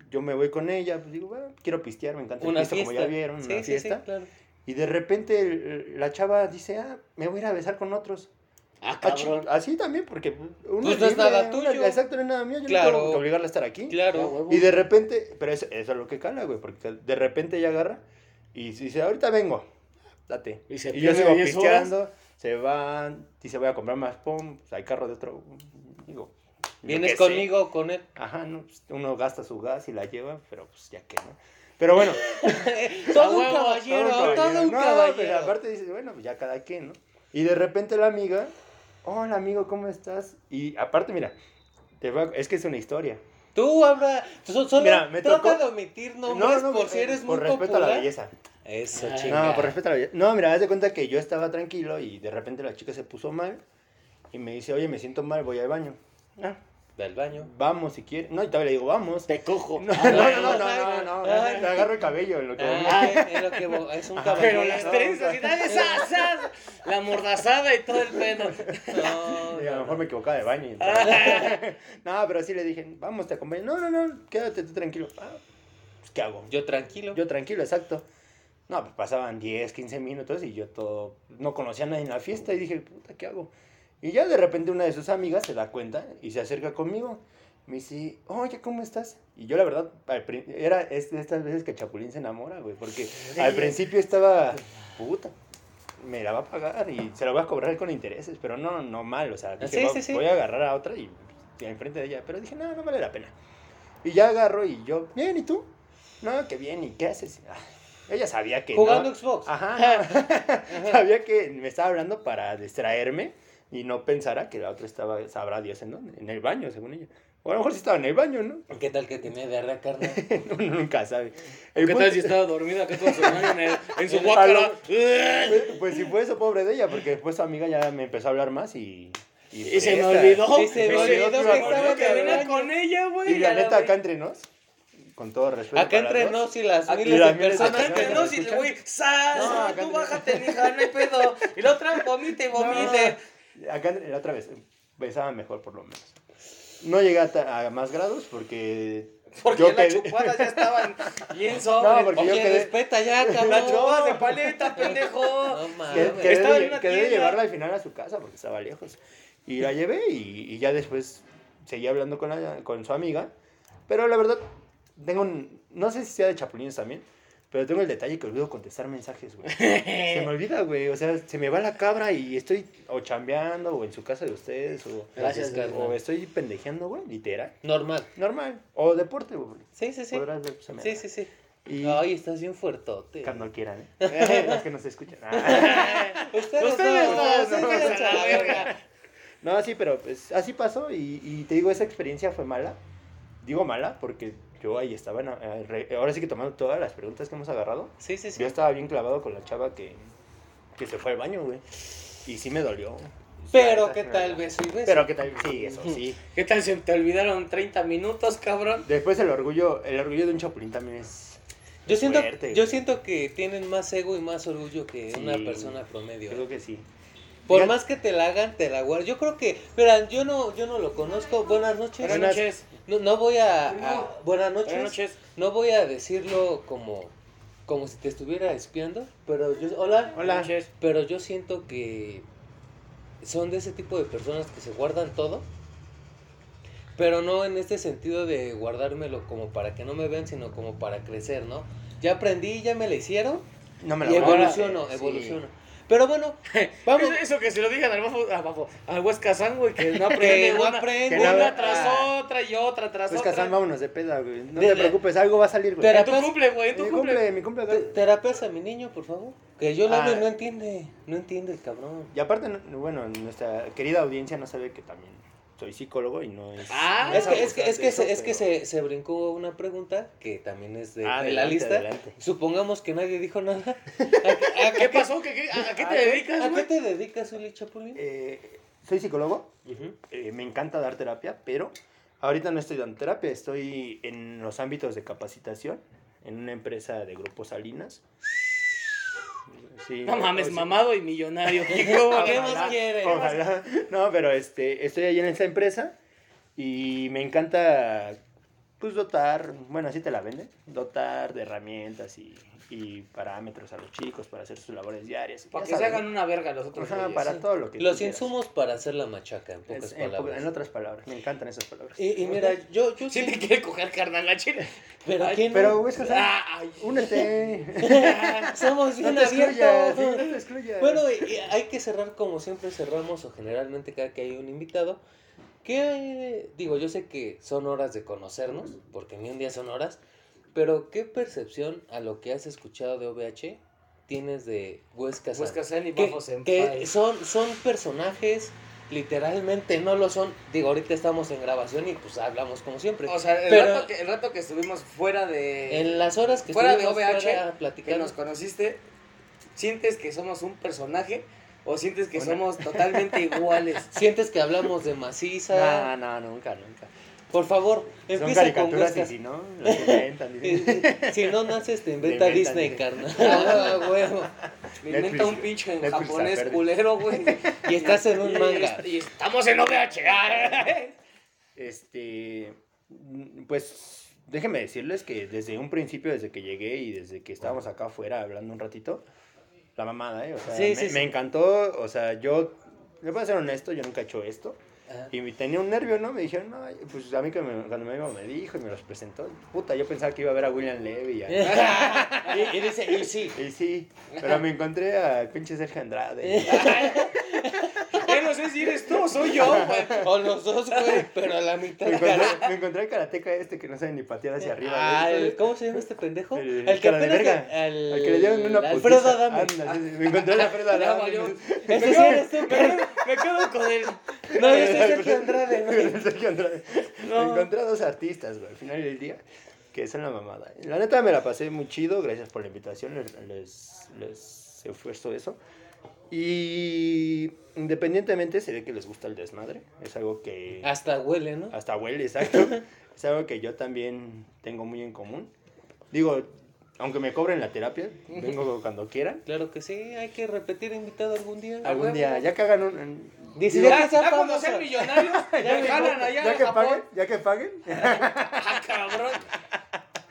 yo me voy con ella, pues digo, bueno, quiero pistear, me encanta el
una
pisto,
fiesta.
como ya vieron,
sí,
una
sí, sí,
fiesta.
claro.
Y de repente el- la chava dice, ah, me voy a ir a besar con otros.
Ah,
Ah, chi-
cabrón.
Así también, porque uno
Pues no es nada
uno-
tuyo.
exacto, no es nada mío, yo
Claro.
no tengo que obligarla a estar aquí.
Ah,
Claro.
huevo.
Y de repente, pero eso, eso es lo que cala, güey, porque de repente ella agarra y dice, ahorita vengo, date.
Y se
Y yo
pierde
sigo
10 horas.
pisteando, se van, dice, voy a comprar más pom, hay carro de otro, digo. lo
¿Vienes
que sé.
conmigo o con él?
Ajá, no, pues, uno gasta su gas y la lleva, pero pues ya que, ¿no? Pero bueno,
Todo un
huevo,
caballero, todo un
No,
caballero.
pero aparte dices, bueno, pues ya cada quien, ¿no? Y de repente la amiga, hola amigo, ¿cómo estás? Y aparte, mira, te va- es que es una historia.
Tú habla, tú so- solo
Mira, me
trata
tocó-
de omitir nombres por si eres
eh, por
muy
respeto
popular.
a la belleza.
Eso,
Ah,
chinga.
No, por respeto a la belleza. No, mira, haz de cuenta que yo estaba tranquilo y de repente la chica se puso mal y me dice, oye, me siento mal, voy al baño. Ah,
Ve al baño.
vamos si quieres. No, y todavía le digo, vamos.
Te cojo.
No, no, no,
Ah,
no, no, no, no,
Ay.
te agarro el cabello en lo que vomito.
Ah, es lo que vo- es un
Ah,
caballero.
Pero las
No,
trenzas y dale zas, zas. La mordazada y todo el pedo.
No,
Y a
no,
lo mejor
no.
me equivocaba de baño. y entraba. no, pero sí le dije, vamos, te acompaño. No, no, no, quédate tú tranquilo. Ah, pues, ¿qué hago?
Yo tranquilo.
Yo tranquilo, exacto. No, pues pasaban 10, 15 minutos y yo todo, no conocía a nadie en la fiesta y dije, puta, ¿qué hago? Y ya de repente una de sus amigas se da cuenta y se acerca conmigo. Me dice, oye, ¿cómo estás? Y yo la verdad, al prin- era es de estas veces que Chapulín se enamora, güey, porque al principio estaba, puta, me la va a pagar y se la va a cobrar con intereses, pero no, no mal, o sea, dije,
Sí,
"Va-
sí, sí.
voy a agarrar a otra y, y enfrente de ella, pero dije, no, no vale la pena. Y ya agarro y yo, bien, ¿y tú? No, que bien, ¿y qué haces? Ah, ella sabía que...
Jugando
no-
Xbox.
Ajá. sabía que me estaba hablando para distraerme y no pensara que la otra estaba, sabrá Dios en dónde, en el baño, según ella. O a lo mejor sí estaba en el baño, ¿no?
¿Qué tal que tenía diarrea, carnal?
Uno nunca sabe. El
¿Qué
punto-
tal si estaba dormido acá con su mano en, el- en su
El
guácara?
palo. Pues si fue eso, pobre de ella, porque después su amiga ya me empezó a hablar más y...
Y se me
presta.
olvidó.
Y se me olvidó que
iba con
estaba
ella.
en el
venía
baño.
con ella, güey.
Y la
a
neta, acá
vez.
entre nos, con todo respeto.
Acá
para
entre
los dos,
nos y las
Aquí
miles de
las miles de
personas.
Acá
que
entre
¿Me
nos y el
escuchan?
güey, ¡zas!
No, acá
tú
entre-
bájate, mija, no hay pedo. Y la otra vomita y vomite.
No, acá la otra vez, besaba mejor por lo menos. No llegué a, ta- a más grados porque...
Porque
yo
en la
quedé-
chupada ya estaban bien sobres.
No, porque yo
Oye,
quedé-
respeta ya,
La
cabrón.
chupada de paleta, pendejo.
No
que,
mames.
que
Estaba
debe-
en una
que debe
tienda.
llevarla al final a su casa porque estaba lejos. Y la llevé y, y ya después seguí hablando con, la- con su amiga. Pero la verdad, tengo un- No sé si sea de chapulines también, pero tengo el detalle que olvido contestar mensajes, güey. se me olvida, güey. O sea, se me va la cabra y estoy o chambeando o en su casa de ustedes o,
Gracias,
o
carnal.
estoy pendejeando, güey, literal.
Normal.
Normal. O deporte, güey.
Sí, sí, sí.
Podrás ver, pues, se me
Sí,
da.
sí, sí.
Y
Ay, estás bien fuertote.
cuando quieran, ¿eh? Los que nos escuchan. Ah.
Ustedes,
Ustedes
no,
no,
ustedes
no.
váyanse a la verga.
No, sí, pero pues así pasó y, y te digo, esa experiencia fue mala. Digo mala porque yo ahí estaba, en- eh, re- ahora sí que tomando todas las preguntas que hemos agarrado.
Sí, sí, sí.
Yo estaba bien clavado con la chava que, que se fue al baño, güey. Y sí me dolió.
Pero qué tal beso y beso.
Pero qué tal, sí, eso, sí.
¿Qué tal se te olvidaron 30 minutos, cabrón?
Después el orgullo, el orgullo de un chapulín también es...
yo siento,
fuerte,
yo
güey.
siento que tienen más ego y más orgullo que
Sí.
una persona promedio. ¿eh?
Creo que sí.
Por
Fíjate-
más que te la hagan, te la guardan. Yo creo que, mira, yo no, yo no lo conozco. Buenas noches.
Buenas noches.
No, no voy a,
No.
a- buenas noches.
Buenas noches.
No voy a decirlo como, como si te estuviera espiando, pero yo, hola.
Hola.
Buenas noches.
Pero yo siento que son de ese tipo de personas que se guardan todo. Pero no en este sentido de guardármelo como para que no me vean, sino como para crecer, ¿no? Ya aprendí, ya me la hicieron
No me
y
la voy a-
evoluciono,
sí.
eh,
evoluciono. Pero bueno,
Vamos.
vamos.
Eso, eso que se lo digan al bafo, al bafo, al Huescazán, güey, que no aprende
Que no
una,
aprende.
Que no-
una tras
Ah.
otra y otra tras
Pues
otra.
Kazán, vámonos de peda, güey. No
De-
te preocupes, algo va a salir, güey.
Pero-
En tu cumple, güey, en tu
Mi
cumple.
cumple, mi cumple.
Te- Terapias a mi niño, por favor. Que yo le hablo
Ah.
y no entiende. No entiende el cabrón.
Y aparte, no- bueno, nuestra querida audiencia no sabe que también soy psicólogo y no es...
Ah,
no pues,
Es que, es que,
abusar
es
de
que,
eso,
se, es que
pero-
se, se brincó una pregunta que también es de,
Ah,
de la
adelante,
lista.
adelante.
Supongamos que nadie dijo nada. ¿A, a- a-
¿Qué pasó? ¿Qué, qué- a, a qué te dedicas,
¿A qué
güey?
te dedicas, Uli Chapulín?
Eh, soy psicólogo,
Ujú.
eh, me encanta dar terapia, pero ahorita no estoy dando terapia, estoy en los ámbitos de capacitación, en una empresa de Grupo Salinas. Sí,
No mames,
sí.
mamado y millonario.
¿Qué
¿Qué
más
más
quieres?
Ojalá. No, pero este, estoy ahí en esa empresa y me encanta pues dotar, bueno, así te la venden, dotar de herramientas y, y parámetros a los chicos para hacer sus labores diarias.
Para que
Ya
se
sabes,
hagan una verga los otros.
Ajá,
güeyes.
para
sí.
todo lo que
Los
tú quieras.
insumos para hacer la machaca, en pocas
Es- en, po-
palabras.
en otras palabras, me encantan esas palabras.
Y, y mira, yo, yo
Sí te
sí.
quiere coger carnal la chile.
Pero
Ay,
quién.
Pero, güey, es que, o sea,
Ah, ay.
únete.
Somos
No
bien
te excluyas, sí, no
abiertos.
te excluyas.
Bueno, y- y hay que cerrar como siempre cerramos o generalmente cada que hay un invitado. Que digo, yo sé que son horas de conocernos, porque ni un día son horas, pero ¿qué percepción a lo que has escuchado de OVH tienes de Huesca San?
Huescazán y
Que,
Bafo Senpai.
que son, son personajes, literalmente no lo son. Digo, ahorita estamos en grabación y pues hablamos como siempre.
O sea, el,
Pero-
rato que, el rato que estuvimos fuera de.
en las horas que
fuera de
estuvimos
OVH,
fuera
que
platicando,
nos conociste, ¿sientes que somos un personaje o sientes que
Una-
somos totalmente iguales?
sientes que hablamos de maciza.
No, no, nunca, nunca.
Por favor,
Son
empieza con
caricaturas
Huesca
y si no, las inventan.
Sí,
dicen.
sí. Si no naces, te inventa
Te inventan,
Disney,
sí.
carnal. Ah, huevo.
Me
Netflix,
inventa un
güey.
pinche en
Netflix
japonés
Alberti.
culero, güey.
Y estás en un
Y-
manga.
Y, estamos en OVH. ah.
Este, mm, pues déjenme decirles que desde un principio, desde que llegué y desde que estábamos acá afuera hablando un ratito, la mamada, ¿eh? O sea,
Sí,
me,
sí, sí.
me encantó, o sea, yo, le voy a ser honesto, yo nunca he hecho esto.
Ajá.
Y me- tenía un nervio, ¿no? Me dijeron, no, pues a mí que me- cuando me iba me dijo y me los presentó. Puta, yo pensaba que iba a ver a William Levy y
Eh.
a-
Y, y dice, y sí.
Y sí, pero me encontré a pinche Sergio Andrade.
Yo no sé si eres tú o soy yo, güey.
O los dos, güey, pero a la mitad.
Me encontré, me encontré al karateca este que no sabe ni patear hacia arriba.
Ah,
güey.
el- ¿Cómo se llama este pendejo?
El
El que
cara de
apenas.
verga.
le- al-
Al que le dieron una
Alfredo
putiza.
Adame.
Anda, sí, sí, Me encontré a Alfredo
Ya
Adame.
valió.
Ese sí eres tú, cabrón.
Me quedo con él.
No, ese es Sergio Andrade, güey.
Sergio Andrade.
No.
Me encontré a dos artistas, güey, al final del día, que son la mamada. La neta me la pasé muy chido, gracias por la invitación, les, les, les esfuerzo eso. Y independientemente se ve que les gusta el desmadre, es algo que...
Hasta huele, ¿no?
Hasta huele, exacto. es algo que yo también tengo muy en común. Digo, aunque me cobren la terapia, vengo cuando quieran.
Claro que sí, hay que repetir invitado algún día.
Algún día, ya que hagan un,
Ni
Digo,
siquiera
Ya,
que sea
ya cuando
famoso.
sean millonarios,
Ya
ya
que-
jalan allá
ya
a
que
Japón.
paguen, ya que paguen.
Ah, cabrón.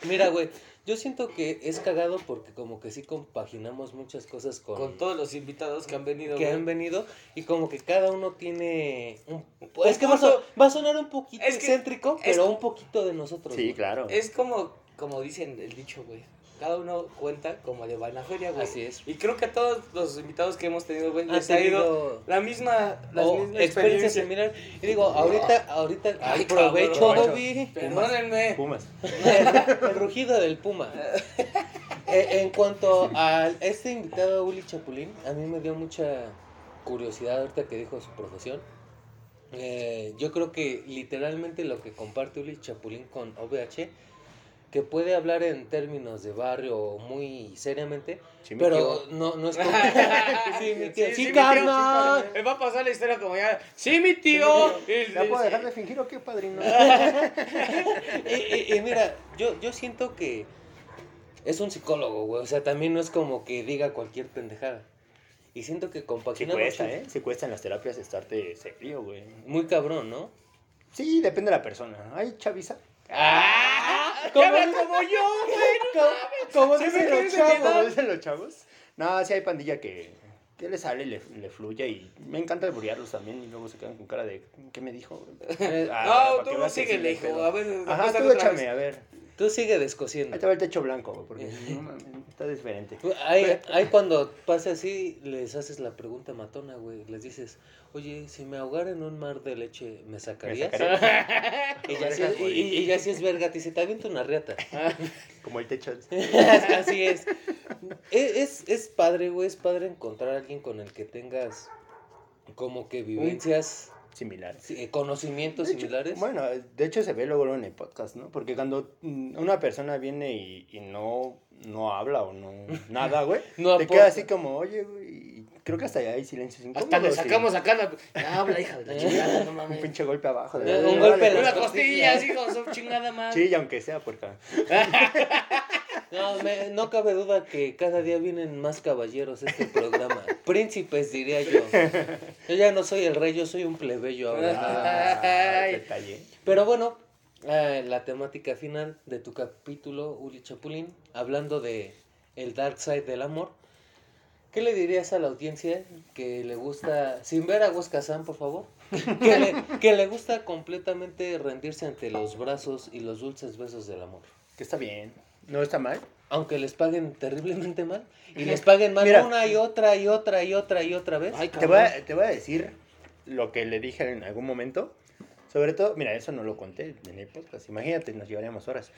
Mira, güey, yo siento que es cagado porque como que sí compaginamos muchas cosas con,
Con todos los invitados que han venido.
que
güey.
han venido y como que cada uno tiene un...
Un
Pues es que va a, so- va a sonar un poquito
Es que-
excéntrico,
es-
pero un poquito de nosotros.
Sí,
güey.
claro.
Es como, como dicen el dicho, güey. Cada uno cuenta como le va en la feria, güey.
Así es.
Y creo que a todos los invitados que hemos tenido, güey,
Han
les ha ido
tenido Oh,
la misma, la
o
misma
experiencias
experiencia.
similares. Y digo, ahorita, ahorita,
Ay,
aprovecho,
cabrón.
Bobby.
Perdónenme.
Pumas.
El rugido del puma. Eh, en cuanto a este invitado Uli Chapulín, a mí me dio mucha curiosidad ahorita que dijo su profesión. Eh, yo creo que literalmente lo que comparte Uli Chapulín con OVH, que puede hablar en términos de barrio muy seriamente, pero no, no es como... sí, mi tío. Sí,
Sí, sí, mi tío,
carnal.
Me va a pasar la historia como ya. Sí, mi tío. Y-
¿Ya puedo
y-
dejar de fingir o qué, padrino?
Y, y- y mira, yo, yo siento que es un psicólogo, güey. O sea, también no es como que diga cualquier pendejada. Y siento que
Sí
compagina
cuesta,
mucho.
¿eh? Sí cuesta en las terapias estarte serio, güey.
Muy cabrón, ¿no?
Sí, depende de la persona. Ay, chaviza.
¡Ah!
¡Que habla como yo, güey!
¿Cómo
¿Sí me
dicen los
quieres
chavos?
entender?
¿Cómo dicen los chavos? No, sí hay pandilla que, que le sale, le, le fluye y me encanta burlarlos también y luego se quedan con cara de ¿qué me dijo?
Eh,
Ah,
No,
¿para qué
tú
vas a
síguele,
decirme,
hijo.
pedo?
A ver,
Ajá,
apuéstate
tú
otra
échame,
vez.
a ver.
Tú sigue
Ahí
descosiendo.
te va el techo blanco, güey, porque no, mames, está diferente.
Ahí, ahí cuando pase así, les haces la pregunta matona, güey. Les dices, oye, si me ahogara en un mar de leche, ¿me sacarías?
Me sacaría
Y, ya si, y, y- y ya si es verga, te dice, te aviento una riata.
Como el techo.
Así es. Es, es- es padre, güey, es padre encontrar a alguien con el que tengas como que vivencias,
Similar.
sí, eh, conocimientos
De hecho,
similares.
Bueno, de hecho se ve luego luego en el podcast, ¿no? Porque cuando mm, una persona viene y, y no, no habla o no nada, güey,
No
te
aporta.
queda así como, oye, güey, y creo que hasta allá hay silencios incómodos.
Hasta le
y
sacamos acá la. Ah, habla, hija de la chingada, no
Un
mames.
pinche golpe
Eh,
abajo. "Órale,
un golpe en
güey".
las
Una
costillas.
costilla, hijo, son chingada madre.
Sí, y aunque sea puerca.
No, me- no cabe duda que cada día vienen más caballeros a este programa. Príncipes, diría yo. Yo ya no soy el rey, yo soy un plebeyo ahora.
Ah,
Ay.
detalle.
Pero bueno, eh, la temática final de tu capítulo, Uli Chapulín, hablando de el dark side del amor. ¿Qué le dirías a la audiencia que le gusta, sin ver a Gus Kazan, por favor, que le, que le gusta completamente rendirse ante los brazos y los dulces besos del amor?
Que está bien. No está mal.
Aunque les paguen terriblemente mal y les paguen mal
Mira.
una y otra y otra y otra y otra vez. Ah,
Ay,
Te voy, a, te voy a decir lo que le dije en algún momento. Sobre todo, mira, eso no lo conté en el podcast. Imagínate, nos llevaríamos horas.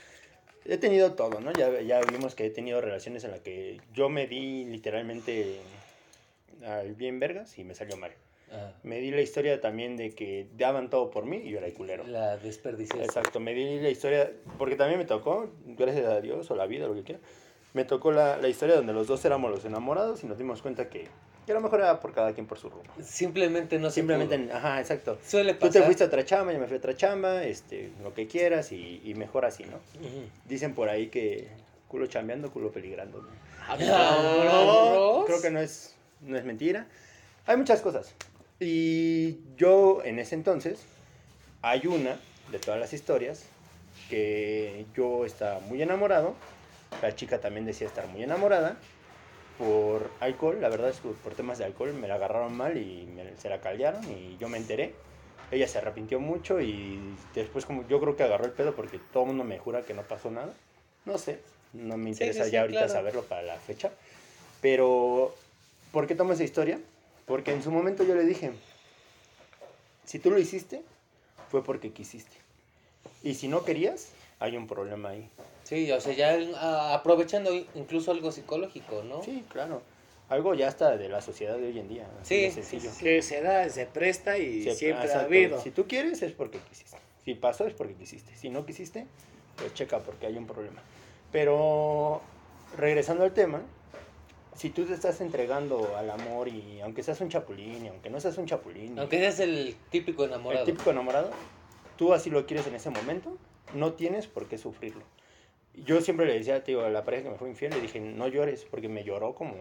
He tenido todo, ¿no? Ya, ya vimos que he tenido relaciones en las que yo me di literalmente al bien vergas y me salió mal.
Ah,
Me di la historia también de que daban todo por mí y yo era el culero.
la desperdiciaste.
Exacto, me di la historia, porque también me tocó, gracias a Dios o la vida, lo que quiera, me tocó la, la historia donde los dos éramos los enamorados y nos dimos cuenta que, que a lo mejor era por cada quien por su rumbo.
Simplemente no se
Simplemente,
pudo.
ajá, exacto.
suele
Tú
pasar.
te fuiste a otra chamba, yo me fui a otra chamba, este, lo que quieras y, y mejor así, ¿no?
Ujú.
Dicen por ahí que culo chambeando, culo peligrando. ¿no?
Ah,
Cabrón.
Creo que no es, no es mentira. Hay muchas cosas. Y yo en ese entonces, hay una de todas las historias que yo estaba muy enamorado. La chica también decía estar muy enamorada por alcohol. La verdad es que por temas de alcohol me la agarraron mal y me- se la caldearon y yo me enteré. Ella se arrepintió mucho y después como yo creo que agarró el pedo porque todo el mundo me jura que no pasó nada. No sé, no me
Sí,
interesa
sí, sí,
ya ahorita
claro.
saberlo para la fecha. Pero, ¿por qué tomo esa historia? Porque en su momento yo le dije, si tú lo hiciste, fue porque quisiste. Y si no querías, hay un problema ahí.
Sí, o sea, ya ah, aprovechando incluso algo psicológico, ¿no?
Sí, claro. Algo ya está de la sociedad de hoy en día. así
Sí,
de
sí,
sencillo.
sí,
Que se da, se presta y
Sí,
siempre ha
exacto.
habido.
Si tú quieres, es porque quisiste. Si pasó, es porque quisiste. Si no quisiste, pues checa porque hay un problema. Pero regresando al tema, si tú te estás entregando al amor y aunque seas un chapulín, y aunque no seas un chapulín, y-
Aunque seas el típico enamorado.
El típico enamorado, tú así lo quieres en ese momento, no tienes por qué sufrirlo. Yo siempre le decía, te digo, a la pareja que me fue infiel, le dije, no llores, porque me lloró como,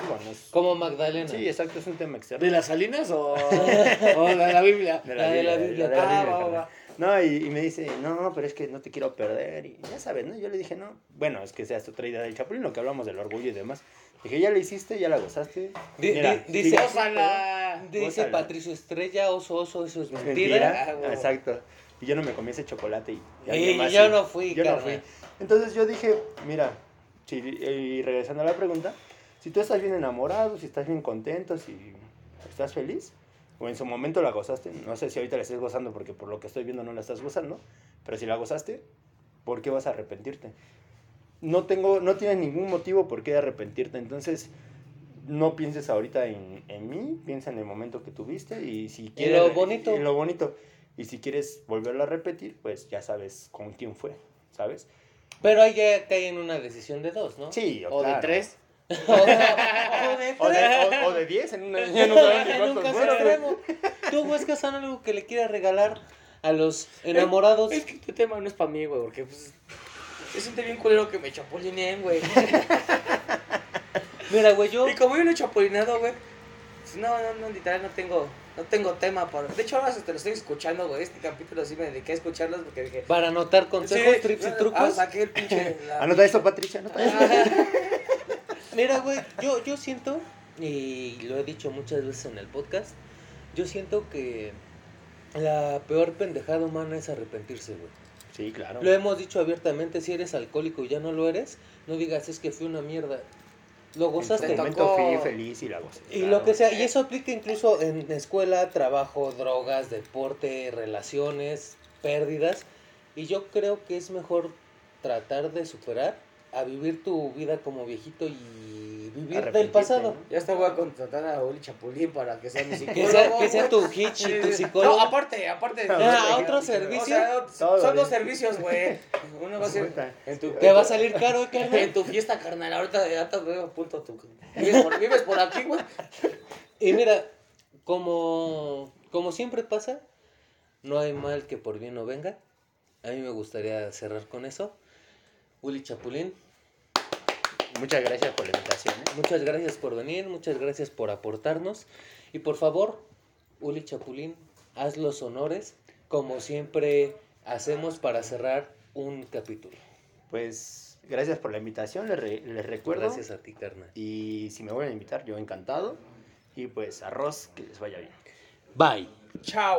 Digo, no es-
Como Magdalena.
Sí, exacto, es un tema externo.
¿De las salinas o, o de la Biblia?
De
la de la
Biblia,
Biblia.
de la
Ah,
Biblia,
va,
carnal.
va.
No, y, y me dice, no, pero es que no te quiero perder. Y ya sabes, ¿no? Yo le dije, no. Bueno, es que seas tu traída del Chapulín, lo que hablamos del orgullo y demás. Dije, ya la hiciste, ya la gozaste.
Di- di- dice-
sigue así,
Gózala.
Dice
Gózala.
Patricio Estrella, oso, oso, eso es
pero-
mentira.
Pues, Mentira.
Ah, güey.
Exacto. Y yo no me comí ese chocolate. Y,
Y
alguien más
yo
sí.
no fui,
Yo no
carnal.
fui. Entonces yo dije, mira, si- y regresando a la pregunta, si tú estás bien enamorado, si estás bien contento, si estás feliz, o en su momento la gozaste, no sé si ahorita la estés gozando porque por lo que estoy viendo no la estás gozando, pero si la gozaste, ¿por qué vas a arrepentirte? No, tengo, no tienes ningún motivo por qué arrepentirte, entonces no pienses ahorita en, en mí, piensa en el momento que tuviste y si quieres...
lo bonito.
en lo bonito. Y si quieres volverlo a repetir, pues ya sabes con quién fue, ¿sabes?
Pero ahí ya cae en una decisión de dos, ¿no?
Sí,
O de
claro.
tres.
O, sea, o de
O
tres.
de, o, o de diez en una. Ya no sabemos ni
en un
cuántos
caso
fueron.
extremo. Tú buscas algo que le quieras regalar a los enamorados.
Es que tu tema no es para mí, güey, porque pues, es un tema bien culero que me chapulinean, güey.
Mira, güey, yo.
Y como yo no he chapulinado, güey, pues, no, no, no, literal no tengo, no tengo tema. Para... De hecho, ahora hasta te lo estoy escuchando, güey. Este capítulo sí me dediqué a escucharlos porque dije...
Para anotar consejos,
sí,
trips y
ah,
trucos. Ah,
saqué el pinche... la-
Anota eso, Patricia.
Eh,
Anota eso.
Mira, güey, yo, yo siento, y lo he dicho muchas veces en el podcast, yo siento que la peor pendejada humana es arrepentirse, güey.
Sí, claro.
Lo hemos dicho abiertamente, si eres alcohólico y ya no lo eres, no digas es que fui una mierda. Lo
En
gozaste.
su momento fui feliz y la gocé.
Y
claro.
lo que sea, y eso aplica incluso en escuela, trabajo, drogas, deporte, relaciones, pérdidas. Y yo creo que es mejor tratar de superar a vivir tu vida como viejito y vivir del
Arrepentirte,
pasado.
¿no?
Ya hasta voy a contratar a Oli Chapulín para que sea mi
Que
psicólogo.
sea, que sea
güey.
tu hitch y tu
Sí, sí.
psicólogo.
No, aparte, aparte.
Ah,
Aparte,
¿otro
o sea,
servicio?
Todo,
son dos
güey.
servicios, güey. Uno va a ser en tu,
Te va a salir caro,
en
carnal.
tu fiesta, carnal. Ahorita ya te veo a punto tú. Vives por, vives por aquí, güey.
Y mira, como, como siempre pasa, no hay mal que por bien no venga. A mí me gustaría cerrar con eso. Uli Chapulín,
Muchas gracias por la invitación. ¿eh?
Muchas gracias por venir, muchas gracias por aportarnos. Y por favor, Uli Chapulín, haz los honores, como siempre hacemos para cerrar un capítulo.
Pues gracias por la invitación. Les, re- les recuerdo.
Gracias a ti, carnal.
Y si me vuelven a invitar, yo encantado. Y pues arroz, que les vaya bien.
Bye.
Chao.